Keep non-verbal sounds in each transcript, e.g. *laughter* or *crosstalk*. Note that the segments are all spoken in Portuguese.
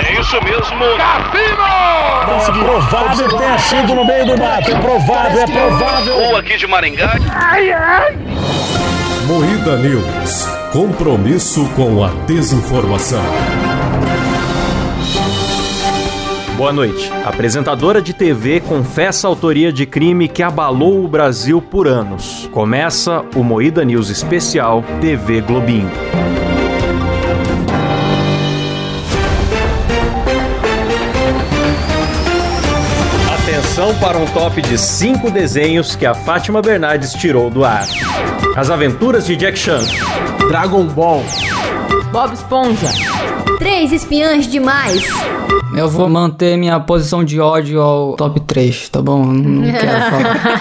É isso mesmo. Cassino! É provável ter sido no meio do mato. É provável, é provável. Ou aqui de Maringá. Moída News. Compromisso com a desinformação. Boa noite. Apresentadora de TV confessa autoria de crime que abalou o Brasil por anos. Começa o Moída News especial TV Globinho. Atenção para um top de cinco desenhos que a Fátima Bernardes tirou do ar. As Aventuras de Jack Chan. Dragon Ball. Bob Esponja. Três espiãs demais. Eu vou manter minha posição de ódio ao top 3, tá bom? Não quero falar.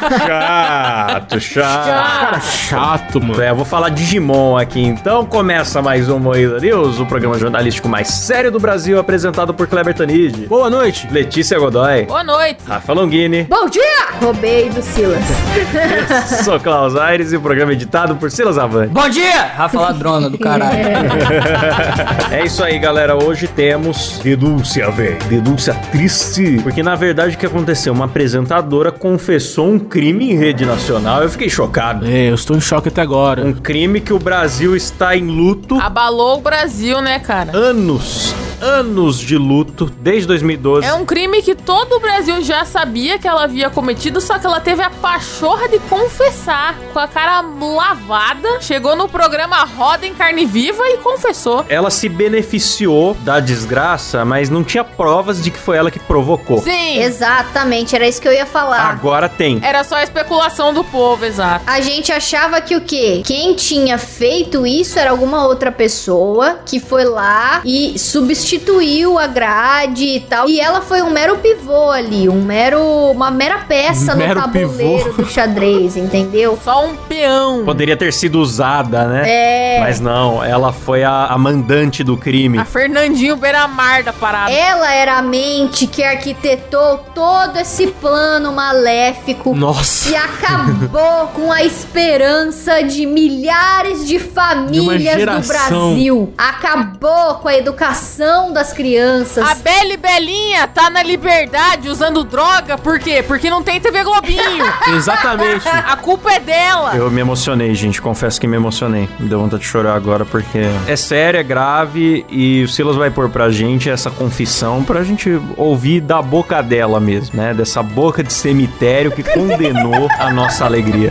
Chato, chato. Cara, chato, mano. É, eu vou falar Digimon aqui, então começa mais um Moída News, o programa jornalístico mais sério do Brasil, apresentado por Kleber Tanid, Boa noite. Letícia Godoy, Boa noite. *laughs* Rafa Longini, Bom dia! Roubei do Silas. sou Klaus Aires e o programa é editado por Silas Avante. Bom dia! Rafa Ladrona do caralho. É isso aí, galera, hoje temos denúncia, velho, denúncia triste, porque na verdade o que aconteceu, uma apresentadora confessou um crime em rede nacional, eu fiquei chocado. É, eu estou em choque até agora. Um crime que o Brasil está em luto Abalou o Brasil, né, cara? anos, anos de luto desde 2012. É um crime que todo o Brasil já sabia que ela havia cometido, só que ela teve a pachorra de confessar, com a cara lavada. Chegou no programa Roda em Carne Viva e confessou. Ela se beneficiou da desgraça, mas não tinha provas de que foi ela que provocou. Sim, Exatamente, era isso que eu ia falar. Agora tem. era só a especulação do povo, exato. A gente achava que o quê? Quem tinha feito isso era alguma outra pessoa que foi lá e substituiu a grade e tal. E ela foi um mero pivô ali, um mero. uma mera peça Mero no tabuleiro pivô. do *laughs* xadrez, entendeu? Só um peão. Poderia ter sido usada, né? É. Mas não, ela foi a, a mandante do crime. A Fernandinho Beiramar da parada. Ela era a mente que arquitetou todo esse plano maléfico Nossa. *laughs* *laughs* e acabou com a esperança de milhares de famílias do geração. Brasil. Acabou com a educação das crianças. A Beli Belinha tá na liberdade usando droga, por quê? Porque não tem TV Globinho. Exatamente. A culpa é dela. Eu me emocionei, gente. Confesso que me emocionei. Me deu vontade de chorar agora porque é sério, é grave e o Silas vai pôr pra gente essa confissão pra gente ouvir da boca dela mesmo, né? Dessa boca de cemitério que condenou a nossa alegria.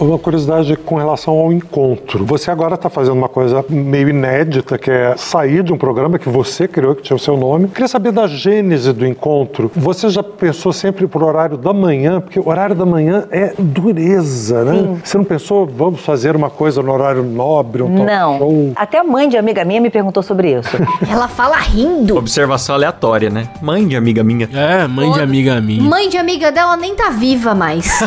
Uma curiosidade com relação ao encontro. Você agora está fazendo uma coisa meio inédita, que é sair de um programa que você criou, que tinha o seu nome. Queria saber da gênese do encontro. Você já pensou sempre pro horário da manhã? Porque o horário da manhã é dureza, né? Você não pensou, vamos fazer uma coisa no horário nobre, um talk Não. show? Até a mãe de amiga minha me perguntou sobre isso. Ela fala rindo. *laughs* Observação aleatória, né? Mãe de amiga *laughs* minha. É, mãe de amiga minha. Mãe de amiga dela nem tá *laughs* viva mais.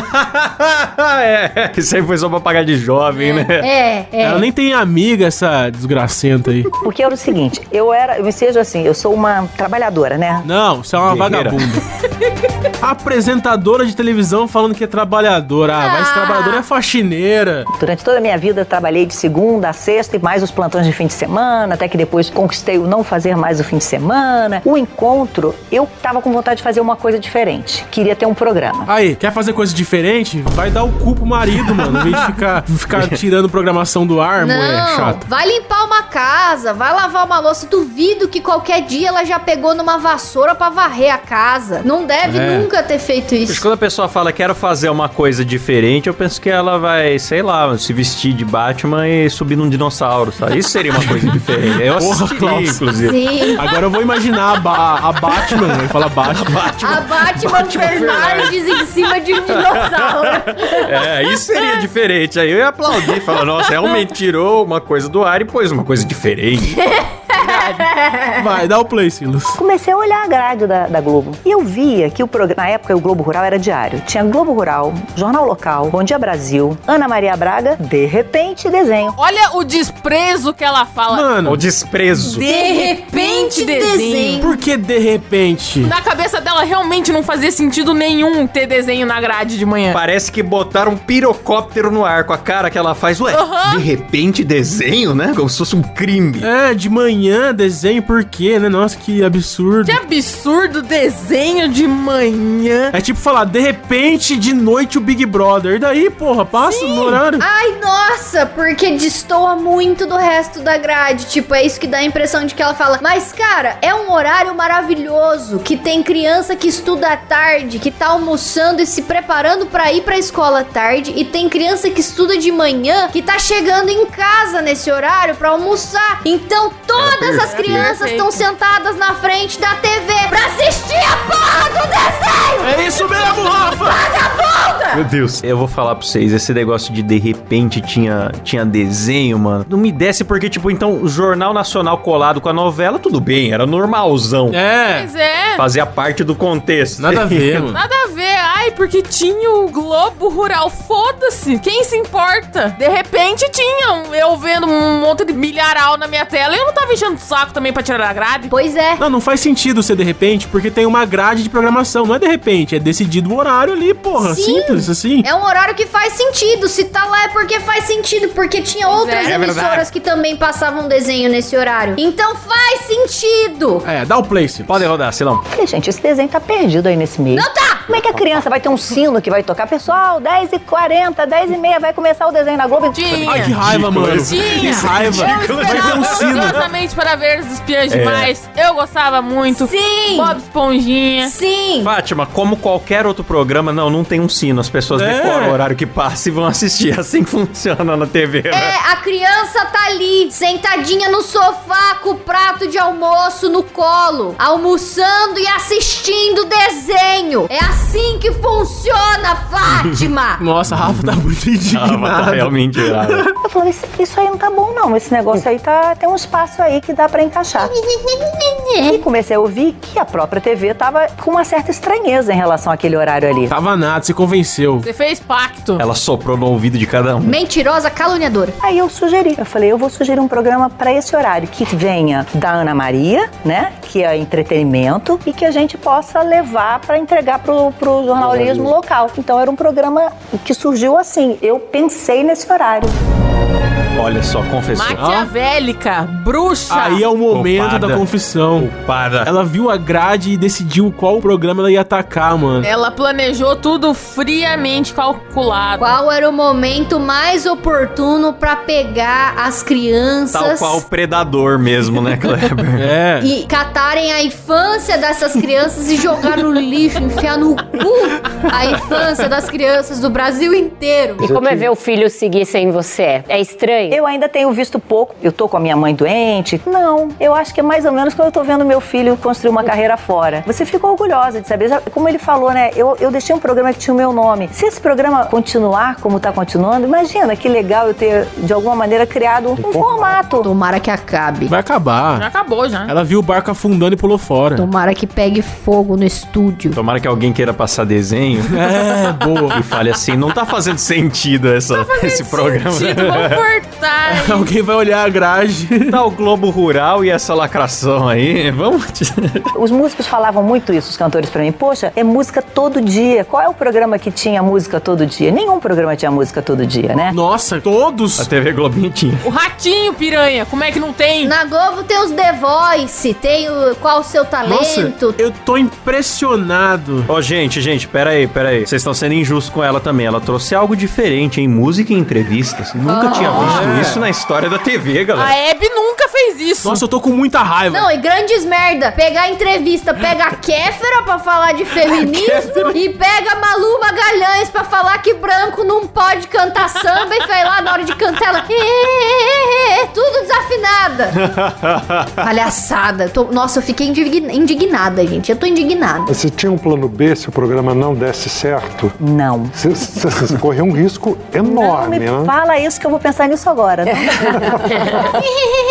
é, isso aí foi só pra pagar de jovem, né? é, é. Ela nem tem amiga, essa desgracenta aí. Porque era o seguinte, eu era, eu me seja assim, eu sou uma trabalhadora, né? Não, você é uma Guerreira. vagabunda. Apresentadora de televisão falando que é trabalhadora. Ah, mas Ah. trabalhadora é faxineira. Durante toda a minha vida eu trabalhei de segunda a sexta e mais os plantões de fim de semana, até que depois conquistei o não fazer mais o fim de semana. O encontro, eu tava com vontade de fazer uma coisa diferente. Queria ter um programa. Aí, quer fazer coisa diferente? Vai dar o cu pro marido, mano. Em vez de ficar, ficar tirando programação do ar, é mulher Não, chata. vai limpar uma casa, vai lavar uma louça. Duvido que qualquer dia ela já pegou numa vassoura pra varrer a casa. Não deve É. nunca ter feito Mas isso. Quando a pessoa fala quero fazer uma coisa diferente, eu penso que ela vai, sei lá, se vestir de Batman e subir num dinossauro, sabe? Isso seria uma coisa diferente. Eu Porra, assistiria, Klaus. *laughs* inclusive. Sim. Agora eu vou imaginar a, ba a Batman, ele fala Batman. A Batman Fernandes em cima de um dinossauro. É, isso seria diferente. Aí eu ia aplaudir, falar, nossa, realmente tirou uma coisa do ar e pôs uma coisa diferente. Vai, dá o play, Silas. Comecei a olhar a grade da, da Globo. E eu via que o programa. Na época, o Globo Rural era diário. Tinha Globo Rural, Jornal Local, Bom Dia Brasil, Ana Maria Braga, de repente, desenho. Olha o desprezo que ela fala. Mano, O Um desprezo. De repente, repente, desenho. Porque de repente. Na cabeça dela realmente não fazia sentido nenhum ter desenho na grade de manhã. Parece que botaram um pirocóptero no ar com a cara que ela faz. Ué, Aham. de repente desenho, né? Como se fosse um crime. É, de manhã desenho, por quê, né? Nossa, que absurdo. Que absurdo desenho de manhã. É tipo falar, de repente, de noite o Big Brother. E daí, porra, passa no horário. Ai, nossa, porque destoa muito do resto da grade. Tipo, é isso que dá a impressão de que ela fala. Mas, cara, é um horário maravilhoso que tem criança que estuda à tarde, que tá almoçando e se preparando pra ir pra escola à tarde, e tem criança que estuda de manhã, que tá chegando em casa nesse horário pra almoçar. Então, todas as crianças Perfeito. estão sentadas na frente da TV pra assistir a porra do desenho! É isso mesmo, Rafa! Meu Deus. Eu vou falar pra vocês, esse negócio de de repente tinha, tinha desenho, mano. Não me desce porque, tipo, então, o Jornal Nacional colado com a novela, tudo bem, era normalzão. É, Pois é. Fazia parte do contexto. nada a ver, mano. Nada a ver, ai, porque tinha o Globo Rural, foda-se, quem se importa? De repente tinha um- eu vendo um monte de milharal na minha tela e eu não tava enchendo o saco também pra tirar a grade. Pois é. Não, não faz sentido ser de repente, porque tem uma grade de programação. Não é de repente, é decidido o horário ali, porra. Sim. Simples assim. É um horário que faz sentido. Se tá lá é porque faz sentido, porque tinha outras é, emissoras que também passavam desenho nesse horário. Então faz sentido! É, dá o place. *laughs* Pode rodar, Silão. Falei, gente, esse desenho tá perdido aí nesse meio. Não tá! Como é que a criança vai ter um sino que vai tocar? Pessoal, 10h40, 10h30 vai começar o desenho na Globo. Tinha. Ai, que raiva, mano. Que Tinha. raiva. Eu Vai ter um esperava sino. ansiosamente para ver os espiãs demais. Eu gostava muito. Sim! Bob Esponjinha. Sim! Fátima, como qualquer outro programa, não, não tem um sino. As pessoas É. decoram o horário que passa e vão assistir. Assim que funciona na TV, né? É, a criança tá ali, sentadinha no sofá com o prato de almoço no colo, almoçando e assistindo desenho. É assim que funciona, *laughs* Fátima! Nossa, a Rafa tá muito Ah, mas tá indignada. realmente irado. Eu falei, isso, isso aí não tá bom, não. Esse negócio aí tá, tem um espaço aí que dá pra encaixar. É. E comecei a ouvir que a própria TV tava com uma certa estranheza em relação àquele horário ali. Tava nada, se convenceu. Você fez pacto. Ela soprou no ouvido de cada um. *laughs* Mentirosa caluniadora. Aí eu sugeri, eu falei, eu vou sugerir um programa pra esse horário que venha da Ana Maria, né, que é entretenimento e que a gente possa levar pra entregar pro, pro jornalismo local. Então era um programa que surgiu assim, eu pensei nesse horário. Olha só, confessou. Maquiavélica, bruxa. Aí é o momento Culpada. da confissão. Culpada. Ela viu a grade e decidiu qual programa ela ia atacar, mano. Ela planejou tudo friamente calculado. Qual era o momento mais oportuno pra pegar as Tal crianças qual o predador mesmo, né, Kleber? *laughs* É. e catarem a infância dessas crianças e jogar no lixo, enfiar no cu a infância das crianças do Brasil inteiro? E como é ver o filho seguir sem você? É estranho? Eu ainda tenho visto pouco. Eu tô com a minha mãe doente? Não. Eu acho que é mais ou menos quando eu tô vendo meu filho construir uma carreira fora. Você fica orgulhosa de saber. Já- como ele falou, né? Eu, eu deixei um programa que tinha o meu nome. Se esse programa continuar como tá continuando, imagina que legal eu ter, de alguma maneira, criado um formato. Tomara que acabe. Vai acabar. Já acabou, já. Ela viu o barco afundando e pulou fora. Tomara que pegue fogo no estúdio. Tomara que alguém queira passar desenho É, boa. e fale assim, não tá fazendo sentido essa, esse programa. Sentido, vamos cortar. *laughs* hein? Alguém vai olhar a grade. *laughs* Tá o Globo Rural e essa lacração aí, vamos... Os músicos falavam muito isso, os cantores pra mim. Poxa, é música todo dia. Qual é o programa que tinha música todo dia? Nenhum programa tinha música todo dia, né? Nossa, todos. A TV Globinho tinha. O ratinho, piranha. Como é que não tem? Na Globo tem os The Voice, tem o Qual o Seu Nossa, Talento. eu tô impressionado. Ô, gente, gente, pera aí, pera aí. Vocês estão sendo injustos com ela também. Ela trouxe algo diferente em música e entrevistas. Nunca tinha visto é. isso na história da TV, A galera. Hebe nunca fez isso. Nossa, eu tô com muita raiva. Não, e grandes merda. Pegar entrevista, pega a Kéfera pra falar de feminismo e pega a Malu Magalhães pra falar que branco não pode cantar samba e foi lá na hora de cantar ela. "Ê, ê, ê, ê, ê", Tudo desafinada. Palhaçada. Tô- nossa, eu fiquei indign- indignada, gente. Eu tô indignada. Mas se tinha um plano B, se o programa não desse certo, Não. você corria um risco Não enorme, me né? fala isso que eu vou pensar nisso agora, né?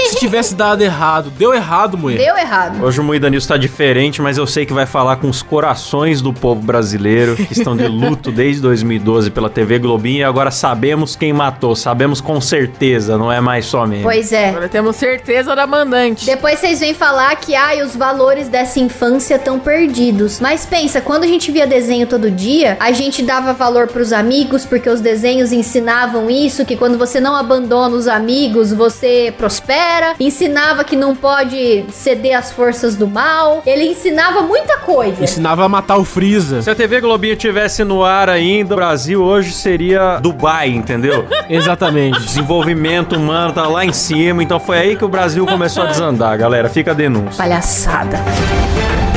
Se tivesse dado errado, deu errado, mulher. Deu errado. Hoje o Moída News tá diferente, mas eu sei que vai falar com os corações do povo brasileiro que estão de luto desde 2012 pela TV Globinho e agora sabemos quem matou, sabemos com certeza, não é mais só meme. Pois é. Agora temos certeza da mandante. Depois vocês vêm falar que, ai, os valores dessa infância estão perdidos. Mas pensa, quando a gente via desenho todo dia, a gente dava valor pros amigos, porque os desenhos ensinavam isso, que quando você não abandona os amigos, você prospera. Ensinava que não pode ceder às forças do mal. Ele ensinava muita coisa. Ensinava a matar o Freeza. Se a TV Globinho tivesse no ar ainda, o Brasil hoje seria Dubai, entendeu? Exatamente. Desenvolvimento humano tá lá em cima, então foi aí que o Brasil começou a desandar, galera. Fica a denúncia. Palhaçada.